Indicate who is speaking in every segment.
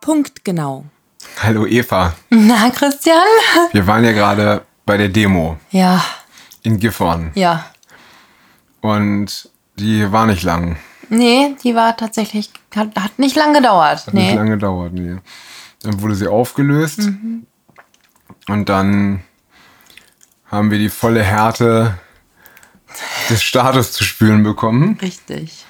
Speaker 1: Punktgenau.
Speaker 2: Hallo Eva.
Speaker 1: Na, Christian?
Speaker 2: Wir waren ja gerade bei der Demo
Speaker 1: Ja,
Speaker 2: in Gifhorn
Speaker 1: ja.
Speaker 2: und die war nicht lang.
Speaker 1: Nee, die war tatsächlich, hat, hat nicht lang gedauert.
Speaker 2: Nicht
Speaker 1: Nee.
Speaker 2: lange gedauert, nee. Dann wurde sie aufgelöst
Speaker 1: Mhm.
Speaker 2: und dann haben wir die volle Härte des Staates zu spüren bekommen.
Speaker 1: Richtig.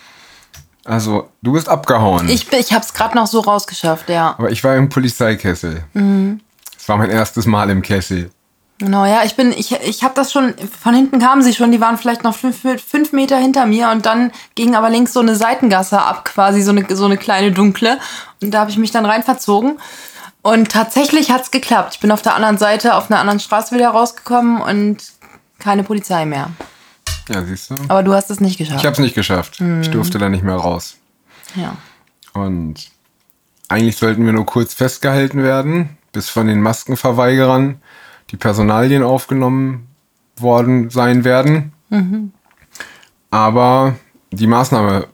Speaker 2: Also, du bist abgehauen.
Speaker 1: Ich, bin- ich hab's gerade noch so rausgeschafft, ja.
Speaker 2: Aber ich war im Polizeikessel. Es
Speaker 1: Mhm.
Speaker 2: war mein erstes Mal im Kessel.
Speaker 1: Genau, ja, ich bin, ich, ich hab das schon, von hinten kamen sie schon, die waren vielleicht noch fünf, fünf Meter hinter mir und dann ging aber links so eine Seitengasse ab, quasi so eine, so eine kleine dunkle. Und da habe ich mich dann rein verzogen. Und tatsächlich hat's geklappt. Ich bin auf der anderen Seite, auf einer anderen Straße wieder rausgekommen und keine Polizei mehr.
Speaker 2: Ja, siehst du?
Speaker 1: Aber du hast es nicht geschafft.
Speaker 2: Ich hab's nicht geschafft.
Speaker 1: Mhm.
Speaker 2: Ich durfte da nicht mehr raus.
Speaker 1: ja.
Speaker 2: Und eigentlich sollten wir nur kurz festgehalten werden, bis von den Maskenverweigerern die Personalien aufgenommen worden sein werden. Aber die Maßnahme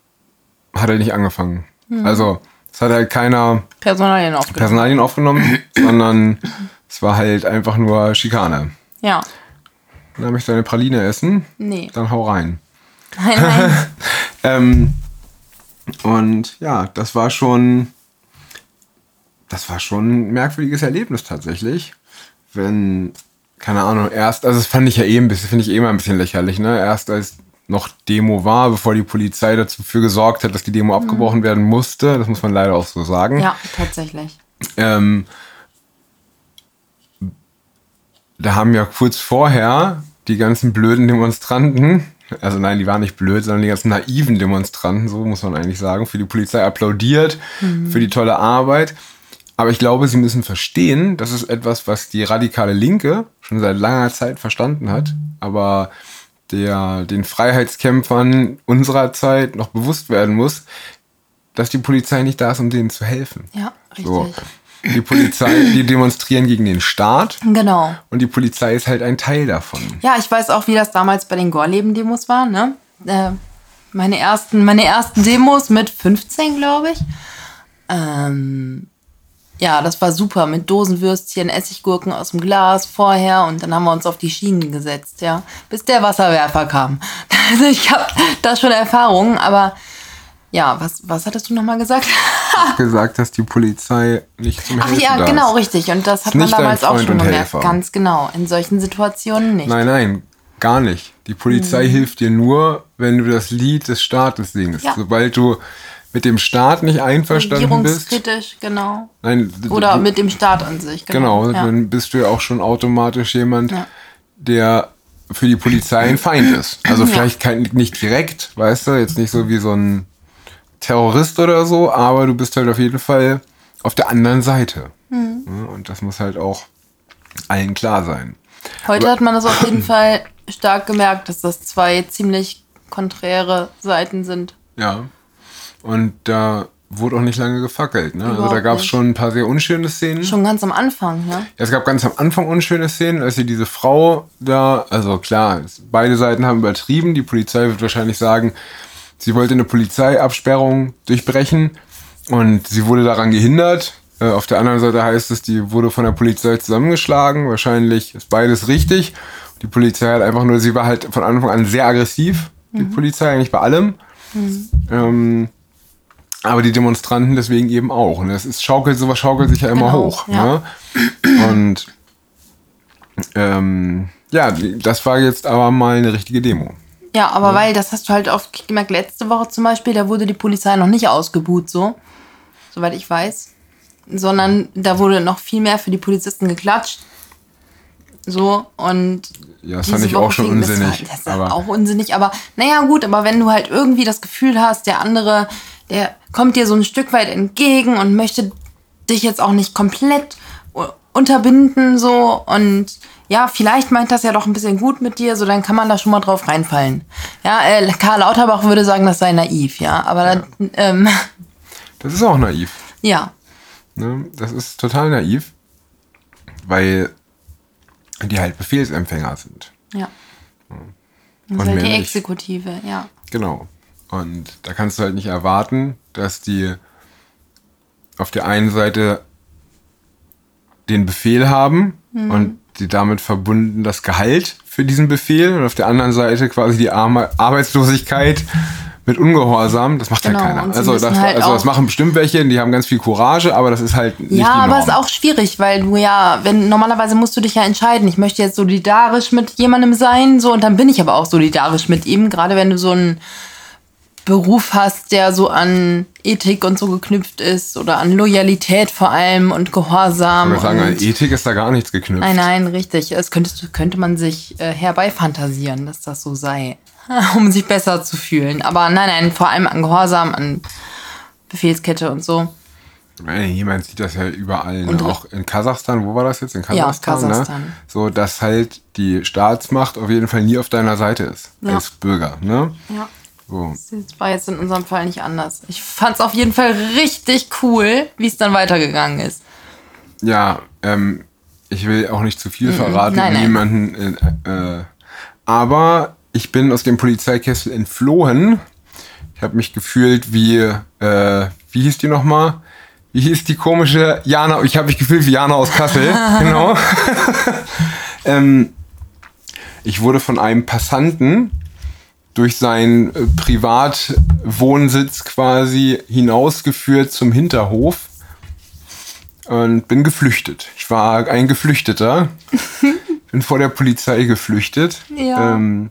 Speaker 2: hat halt nicht angefangen. Also, es hat halt keiner
Speaker 1: Personalien aufgenommen.
Speaker 2: Personalien aufgenommen, sondern es war halt einfach nur Schikane.
Speaker 1: ja.
Speaker 2: Dann möchtest du eine Praline essen?
Speaker 1: Nee.
Speaker 2: Dann hau rein.
Speaker 1: Nein, nein.
Speaker 2: Ähm, und ja, das war schon, das war schon ein merkwürdiges Erlebnis tatsächlich. Wenn, keine Ahnung, erst, also das fand ich ja eh ein bisschen, finde ich eh mal ein bisschen lächerlich, ne? Erst als noch Demo war, bevor die Polizei dazu für gesorgt hat, dass die Demo abgebrochen werden musste, das muss man leider auch so sagen.
Speaker 1: ja, tatsächlich.
Speaker 2: Ähm, da haben ja kurz vorher die ganzen blöden Demonstranten, also nein, die waren nicht blöd, sondern die ganzen naiven Demonstranten, so muss man eigentlich sagen, für die Polizei applaudiert, für die tolle Arbeit. Aber ich glaube, sie müssen verstehen, das ist etwas, was die radikale Linke schon seit langer Zeit verstanden hat, aber der den Freiheitskämpfern unserer Zeit noch bewusst werden muss, dass die Polizei nicht da ist, um denen zu helfen.
Speaker 1: Ja, richtig.
Speaker 2: So. Die Polizei, die demonstrieren gegen den Staat
Speaker 1: Genau.
Speaker 2: und die Polizei ist halt ein Teil davon.
Speaker 1: Ja, ich weiß auch, wie das damals bei den Gorleben-Demos war, ne? Äh, meine, ersten, meine ersten Demos mit 15, glaube ich. Ähm, ja, das war super. Mit Dosenwürstchen, Essiggurken aus dem Glas vorher und dann haben wir uns auf die Schienen gesetzt, ja. Bis der Wasserwerfer kam. Also ich habe da schon Erfahrungen, aber ja, was, was hattest du nochmal gesagt?
Speaker 2: Gesagt, dass die Polizei nicht zum
Speaker 1: Ah. Ach
Speaker 2: Helfen
Speaker 1: ja,
Speaker 2: da
Speaker 1: genau,
Speaker 2: ist.
Speaker 1: richtig. Und das hat
Speaker 2: Ist
Speaker 1: man
Speaker 2: nicht dein
Speaker 1: damals auch
Speaker 2: Freund
Speaker 1: schon
Speaker 2: und
Speaker 1: gemerkt.
Speaker 2: Helfer.
Speaker 1: Ganz genau. In solchen Situationen nicht.
Speaker 2: Nein, nein, gar nicht. Die
Speaker 1: Mhm.
Speaker 2: Polizei hilft dir nur, wenn du das Lied des Staates singst.
Speaker 1: Ja.
Speaker 2: Sobald du mit dem Staat nicht einverstanden bist,
Speaker 1: Regierungskritisch, genau.
Speaker 2: nein, d-
Speaker 1: Oder
Speaker 2: du,
Speaker 1: mit dem Staat an sich.
Speaker 2: genau,
Speaker 1: Ja.
Speaker 2: dann bist du ja auch schon automatisch jemand,
Speaker 1: Ja.
Speaker 2: der für die Polizei ein Feind ist. Also vielleicht kein, nicht direkt, weißt du, jetzt nicht so wie so ein Terrorist oder so, aber du bist halt auf jeden Fall auf der anderen Seite.
Speaker 1: Mhm.
Speaker 2: Ja, Und das muss halt auch allen klar sein.
Speaker 1: Heute
Speaker 2: aber-
Speaker 1: hat man das auf jeden Fall stark gemerkt, dass das zwei ziemlich konträre Seiten sind.
Speaker 2: Ja. Und da wurde auch nicht lange gefackelt. Ne? Also da
Speaker 1: Überhaupt
Speaker 2: gab es
Speaker 1: nicht.
Speaker 2: schon ein paar sehr unschöne Szenen.
Speaker 1: Schon ganz am Anfang, ne?
Speaker 2: Es gab ganz am Anfang unschöne Szenen, als sie diese Frau da, also klar, es- beide Seiten haben übertrieben. Die Polizei wird wahrscheinlich sagen, sie wollte eine Polizeiabsperrung durchbrechen und sie wurde daran gehindert. Äh, Auf der anderen Seite heißt es, die wurde von der Polizei zusammengeschlagen. Wahrscheinlich ist beides richtig. Die Polizei hat einfach nur, sie war halt von Anfang an sehr aggressiv, die Polizei eigentlich bei allem. Ähm, aber die Demonstranten deswegen eben auch. Und das ist, schaukelt, sowas schaukelt sich ja immer
Speaker 1: Genau,
Speaker 2: hoch.
Speaker 1: ja.
Speaker 2: Ne? Und ähm, ja, die- das war jetzt aber mal eine richtige Demo.
Speaker 1: Ja, aber weil, das hast du halt oft gemerkt, letzte Woche zum Beispiel, da wurde die Polizei noch nicht ausgebuht, so, soweit ich weiß. Sondern da wurde noch viel mehr für die Polizisten geklatscht. So, und
Speaker 2: Ja, das
Speaker 1: diese
Speaker 2: fand ich
Speaker 1: Woche
Speaker 2: auch schon
Speaker 1: fing das
Speaker 2: unsinnig.
Speaker 1: war- halt. Das ist
Speaker 2: aber
Speaker 1: auch unsinnig, aber naja, gut, aber wenn du halt irgendwie das Gefühl hast, der andere, der kommt dir so ein Stück weit entgegen und möchte dich jetzt auch nicht komplett u- unterbinden, so und ja, vielleicht meint das ja doch ein bisschen gut mit dir, so dann kann man da schon mal drauf reinfallen. Ja, äh, Karl Lauterbach würde sagen, das sei naiv, ja, aber ja, dann, ähm,
Speaker 2: das ist auch naiv.
Speaker 1: ja.
Speaker 2: Ne? Das ist total naiv, weil die halt Befehlsempfänger sind.
Speaker 1: ja.
Speaker 2: Und
Speaker 1: Das ist halt die
Speaker 2: mehr nicht.
Speaker 1: Exekutive, ja.
Speaker 2: Genau. Und da kannst du halt nicht erwarten, dass die auf der einen Seite den Befehl haben
Speaker 1: Mhm.
Speaker 2: und die damit verbunden das Gehalt für diesen Befehl und auf der anderen Seite quasi die Arme Arbeitslosigkeit mit Ungehorsam. Das macht
Speaker 1: Genau,
Speaker 2: ja keiner.
Speaker 1: und sie
Speaker 2: Also,
Speaker 1: müssen
Speaker 2: das,
Speaker 1: halt
Speaker 2: also das
Speaker 1: auch-
Speaker 2: machen bestimmt welche, die haben ganz viel Courage, aber das ist halt nicht
Speaker 1: Ja,
Speaker 2: die Norm.
Speaker 1: aber es ist auch schwierig, weil du ja, wenn normalerweise musst du dich ja entscheiden, ich möchte jetzt solidarisch mit jemandem sein, so und dann bin ich aber auch solidarisch mit ihm, gerade wenn du so einen Beruf hast, der so an Ethik und so geknüpft ist oder an Loyalität vor allem und
Speaker 2: Ich
Speaker 1: Gehorsam.
Speaker 2: würde sagen, E- an
Speaker 1: und
Speaker 2: Ethik ist da gar nichts geknüpft.
Speaker 1: nein, nein, richtig. Es könnte, könnte man sich äh, herbeifantasieren, dass das so sei, um sich besser zu fühlen. Aber nein, nein, vor allem an Gehorsam, an Befehlskette und so.
Speaker 2: Ich meine, jemand Äh, sieht das ja überall.
Speaker 1: Und
Speaker 2: Ne? Auch in Kasachstan, wo war das jetzt? In
Speaker 1: Ja,
Speaker 2: Kasachstan,
Speaker 1: Kasachstan.
Speaker 2: Ne? So, dass halt die Staatsmacht auf jeden Fall nie auf deiner Seite ist.
Speaker 1: Ja.
Speaker 2: Als Bürger, ne?
Speaker 1: Ja.
Speaker 2: So.
Speaker 1: Das war jetzt in unserem Fall nicht anders. Ich fand es auf jeden Fall richtig cool, wie es dann weitergegangen ist.
Speaker 2: Ja, ähm, ich will auch nicht zu viel verraten,
Speaker 1: Mhm. nein, nein.
Speaker 2: niemanden. äh, äh, aber ich bin aus dem Polizeikessel entflohen. Ich habe mich gefühlt wie, äh, wie hieß die nochmal? Wie hieß die komische Jana? Ich habe mich gefühlt wie Jana aus Kassel, genau. ähm, ich wurde von einem Passanten durch seinen äh, Privatwohnsitz quasi hinausgeführt zum Hinterhof und bin geflüchtet. Ich war ein Geflüchteter. bin vor der Polizei geflüchtet.
Speaker 1: Ja.
Speaker 2: Ähm,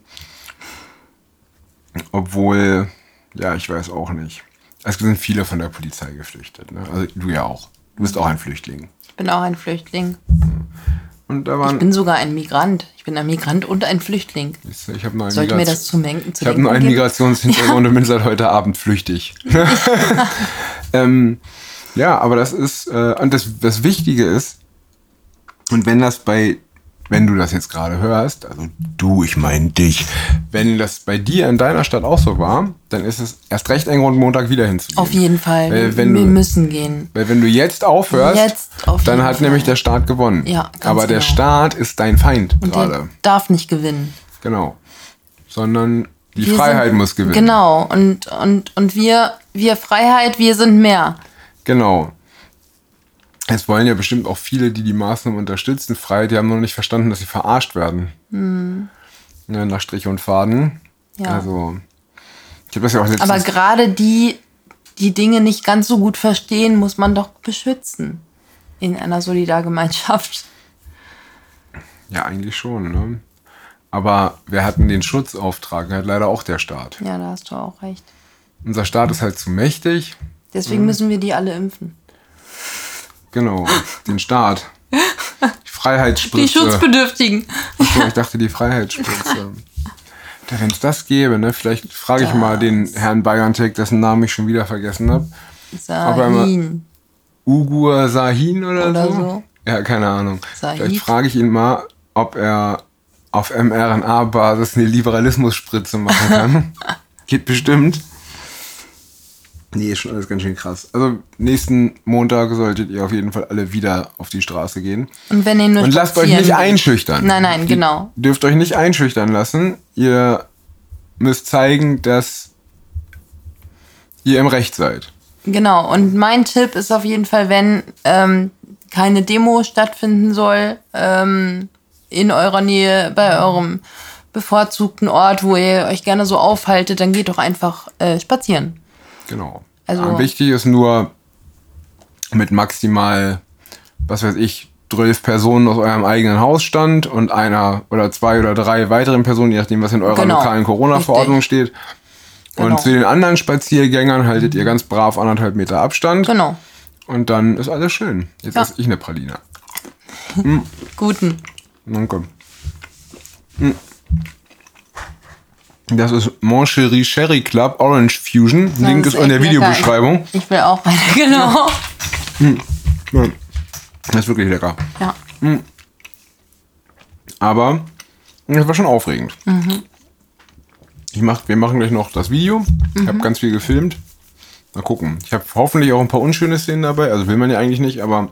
Speaker 2: obwohl, ja, ich weiß auch nicht. Es sind viele von der Polizei geflüchtet. Ne? Also du ja auch. Du bist auch ein Flüchtling.
Speaker 1: Ich bin auch ein Flüchtling.
Speaker 2: Und da
Speaker 1: Ich
Speaker 2: waren.
Speaker 1: bin sogar ein Migrant. Ich bin ein Migrant und ein Flüchtling.
Speaker 2: Ich, ich habe nur einen,
Speaker 1: Sollte mir
Speaker 2: Migrats-
Speaker 1: das zu menken zu
Speaker 2: ich hab nur einen
Speaker 1: denken geben?
Speaker 2: Migrationshintergrund und bin seit heute Abend flüchtig. ähm, ja, aber das ist. Äh, und das, das Wichtige ist, und wenn das bei. Wenn du das jetzt gerade hörst, also du, ich meine dich, wenn das bei dir in deiner Stadt auch so war, dann ist es erst recht ein Grund, Montag wieder hinzugehen.
Speaker 1: Auf jeden Fall.
Speaker 2: Weil
Speaker 1: wir
Speaker 2: Äh, wenn du,
Speaker 1: müssen gehen.
Speaker 2: Weil wenn du jetzt aufhörst,
Speaker 1: Jetzt auf
Speaker 2: dann
Speaker 1: jeden
Speaker 2: hat
Speaker 1: Fall.
Speaker 2: nämlich der Staat gewonnen.
Speaker 1: Ja, ganz
Speaker 2: Aber der
Speaker 1: genau.
Speaker 2: Staat ist dein Feind
Speaker 1: Und
Speaker 2: gerade.
Speaker 1: der darf nicht gewinnen.
Speaker 2: Genau. Sondern die
Speaker 1: Wir
Speaker 2: Freiheit
Speaker 1: sind-
Speaker 2: muss gewinnen.
Speaker 1: Genau. Und, und, und wir, wir Freiheit, wir sind mehr.
Speaker 2: Genau. Es wollen ja bestimmt auch viele, die die Maßnahmen unterstützen, Freiheit. Die haben noch nicht verstanden, dass sie verarscht werden. Ja, nach Strich und Faden.
Speaker 1: Hm. Ja.
Speaker 2: Also, ich habe das ja auch letztens...
Speaker 1: Aber gerade die, die Dinge nicht ganz so gut verstehen, muss man doch beschützen. In einer Solidargemeinschaft.
Speaker 2: ja, eigentlich schon. Ne? Aber wir hatten den Schutzauftrag, hat leider auch der Staat.
Speaker 1: Ja, da hast du auch recht.
Speaker 2: Unser Staat ist halt zu mächtig. Mhm.
Speaker 1: Deswegen müssen wir die alle impfen.
Speaker 2: Genau, den Staat. Die
Speaker 1: Die
Speaker 2: Freiheitsspritze.
Speaker 1: Schutzbedürftigen.
Speaker 2: Ach so, ich dachte, die Freiheitsspritze. Wenn es das gäbe, ne? vielleicht frage ich mal den Herrn Bayerntek, dessen Namen ich schon wieder vergessen habe.
Speaker 1: Sahin.
Speaker 2: Ugur Sahin oder,
Speaker 1: Oder
Speaker 2: so?
Speaker 1: so.
Speaker 2: Ja, keine Ahnung.
Speaker 1: Sahid.
Speaker 2: Vielleicht frage ich ihn mal, ob er auf mRNA-Basis eine Liberalismus-Spritze machen kann. Geht bestimmt. Nee, ist schon alles ganz schön krass. Also nächsten Montag solltet ihr auf jeden Fall alle wieder auf die Straße gehen.
Speaker 1: Und wenn ihr nur
Speaker 2: Und lasst euch
Speaker 1: spazieren
Speaker 2: nicht
Speaker 1: geht.
Speaker 2: einschüchtern.
Speaker 1: Nein, nein,
Speaker 2: Ihr
Speaker 1: genau.
Speaker 2: Dürft euch nicht einschüchtern lassen. Ihr müsst zeigen, dass ihr im Recht seid.
Speaker 1: Genau. Und mein Tipp ist auf jeden Fall, wenn ähm, keine Demo stattfinden soll, ähm, in eurer Nähe, bei eurem bevorzugten Ort, wo ihr euch gerne so aufhaltet, dann geht doch einfach äh, spazieren.
Speaker 2: Genau.
Speaker 1: Also-
Speaker 2: Aber wichtig ist nur mit maximal, was weiß ich, 12 Personen aus eurem eigenen Hausstand und einer oder zwei oder drei weiteren Personen, je nachdem, was in eurer
Speaker 1: Genau.
Speaker 2: lokalen Corona-Verordnung steht.
Speaker 1: Genau.
Speaker 2: Und zu den anderen Spaziergängern haltet ihr ganz brav anderthalb Meter Abstand.
Speaker 1: Genau.
Speaker 2: Und dann ist alles schön. Jetzt
Speaker 1: Ja.
Speaker 2: esse ich eine Praline.
Speaker 1: Guten.
Speaker 2: Danke. Mm. Das ist Mon Cherie Sherry Club Orange Fusion. Link
Speaker 1: Das
Speaker 2: ist in der
Speaker 1: echt lecker.
Speaker 2: Videobeschreibung.
Speaker 1: Ich, ich will auch weiter, genau.
Speaker 2: Ja. Das ist wirklich lecker.
Speaker 1: Ja.
Speaker 2: Aber das war schon aufregend.
Speaker 1: Mhm.
Speaker 2: Ich mach, wir machen gleich noch das Video. Ich
Speaker 1: Mhm.
Speaker 2: habe ganz viel gefilmt. Mal gucken. Ich habe hoffentlich auch ein paar unschöne Szenen dabei. Also will man ja eigentlich nicht, aber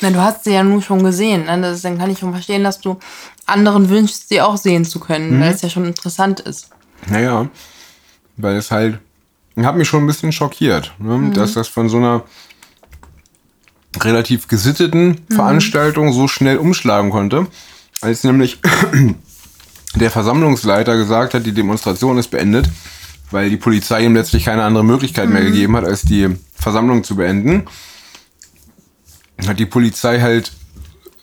Speaker 1: Na, du hast sie ja nun schon gesehen. Ne? Das, dann kann ich schon verstehen, dass du anderen wünschst, sie auch sehen zu können, weil es ja schon interessant ist.
Speaker 2: Naja,
Speaker 1: Mhm.
Speaker 2: weil es halt, hat mich schon ein bisschen schockiert, ne? dass das von so einer relativ gesitteten Veranstaltung so schnell umschlagen konnte, als nämlich der Versammlungsleiter gesagt hat, die Demonstration ist beendet, weil die Polizei ihm letztlich keine andere Möglichkeit mehr gegeben hat, als die Versammlung zu beenden, hat die Polizei halt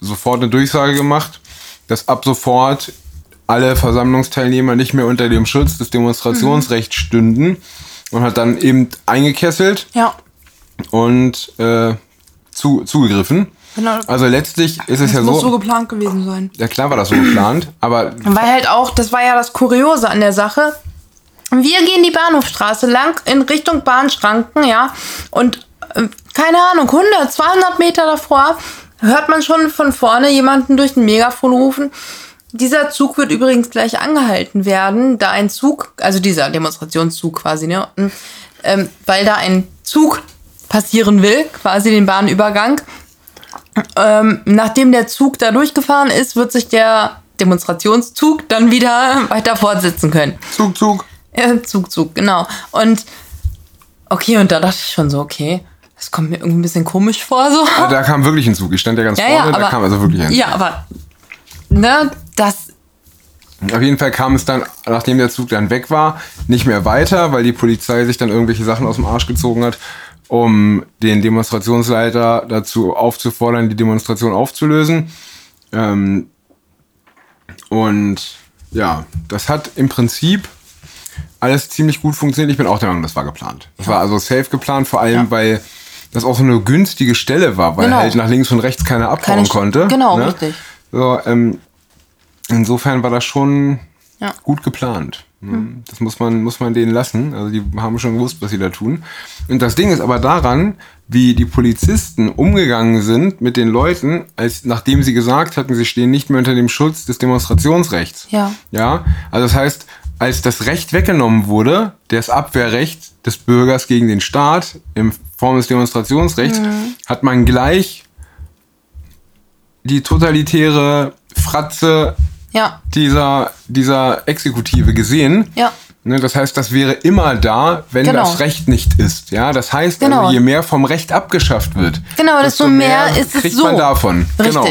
Speaker 2: sofort eine Durchsage gemacht, dass ab sofort alle Versammlungsteilnehmer nicht mehr unter dem Schutz des Demonstrationsrechts stünden und hat dann eben eingekesselt
Speaker 1: Ja.
Speaker 2: und äh, zu, zugegriffen.
Speaker 1: Genau.
Speaker 2: Also letztlich ist es
Speaker 1: Das
Speaker 2: ja
Speaker 1: muss so
Speaker 2: so,
Speaker 1: geplant gewesen sein.
Speaker 2: ja klar war das so geplant, aber
Speaker 1: Weil halt auch, das war ja das Kuriose an der Sache. Wir gehen die Bahnhofstraße lang in Richtung Bahnschranken, ja. Und äh, keine Ahnung, 100, 200 Meter davor hört man schon von vorne jemanden durch den Megafon rufen. Dieser Zug wird übrigens gleich angehalten werden, da ein Zug, also dieser Demonstrationszug quasi, ne? Ähm, weil da ein Zug passieren will, quasi den Bahnübergang. Ähm, nachdem der Zug da durchgefahren ist, wird sich der Demonstrationszug dann wieder weiter fortsetzen können.
Speaker 2: Zug, Zug.
Speaker 1: Ja, Zug, Zug, genau. Und okay, und da dachte ich schon so, okay, das kommt mir irgendwie ein bisschen komisch vor so.
Speaker 2: Ja, Da kam wirklich ein Zug. Ich stand ja ganz
Speaker 1: Ja,
Speaker 2: vorne,
Speaker 1: ja,
Speaker 2: da
Speaker 1: aber,
Speaker 2: kam also wirklich ein.
Speaker 1: ja, aber ne, das
Speaker 2: Auf jeden Fall kam es dann, nachdem der Zug dann weg war, nicht mehr weiter, weil die Polizei sich dann irgendwelche Sachen aus dem Arsch gezogen hat, um den Demonstrationsleiter dazu aufzufordern, die Demonstration aufzulösen. Ähm, und ja, das hat im Prinzip alles ziemlich gut funktioniert. Ich bin auch der Meinung, das war geplant. Das war also safe geplant, vor allem weil das auch so eine günstige Stelle war, weil
Speaker 1: Genau.
Speaker 2: halt nach links und rechts keiner abhauen
Speaker 1: Keine Sch-
Speaker 2: konnte. ne?
Speaker 1: genau, richtig.
Speaker 2: So, ähm, insofern war das schon
Speaker 1: Ja.
Speaker 2: gut geplant. Ne? Das muss man, muss man denen lassen. Also die haben schon gewusst, was sie da tun. Und das Ding ist aber daran, wie die Polizisten umgegangen sind mit den Leuten, als nachdem sie gesagt hatten, sie stehen nicht mehr unter dem Schutz des Demonstrationsrechts.
Speaker 1: Ja.
Speaker 2: Ja. Also das heißt, als das Recht weggenommen wurde, das Abwehrrecht des Bürgers gegen den Staat in Form des Demonstrationsrechts,
Speaker 1: Mhm.
Speaker 2: hat man gleich die totalitäre Fratze
Speaker 1: ja,
Speaker 2: dieser, dieser Exekutive gesehen.
Speaker 1: Ja.
Speaker 2: Ne, das heißt, das wäre immer da, wenn
Speaker 1: Genau.
Speaker 2: das Recht nicht ist. Ja, das heißt,
Speaker 1: Genau.
Speaker 2: also, je mehr vom Recht abgeschafft wird,
Speaker 1: genau, desto mehr ist es
Speaker 2: kriegt
Speaker 1: so.
Speaker 2: man davon.
Speaker 1: Richtig.
Speaker 2: Genau.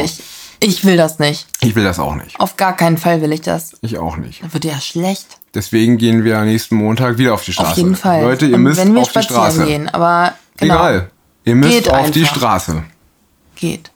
Speaker 1: Ich will das nicht.
Speaker 2: Ich will das auch nicht.
Speaker 1: Auf gar keinen Fall will ich das.
Speaker 2: Ich auch nicht.
Speaker 1: Da wird ja schlecht.
Speaker 2: Deswegen gehen wir nächsten Montag wieder auf die Straße.
Speaker 1: Auf jeden Fall.
Speaker 2: Leute, ihr
Speaker 1: Und
Speaker 2: müsst
Speaker 1: wenn wir
Speaker 2: auf die
Speaker 1: spazieren
Speaker 2: Straße.
Speaker 1: gehen, aber genau,
Speaker 2: Egal. Ihr müsst
Speaker 1: Geht
Speaker 2: auf die
Speaker 1: einfach.
Speaker 2: Straße.
Speaker 1: geht.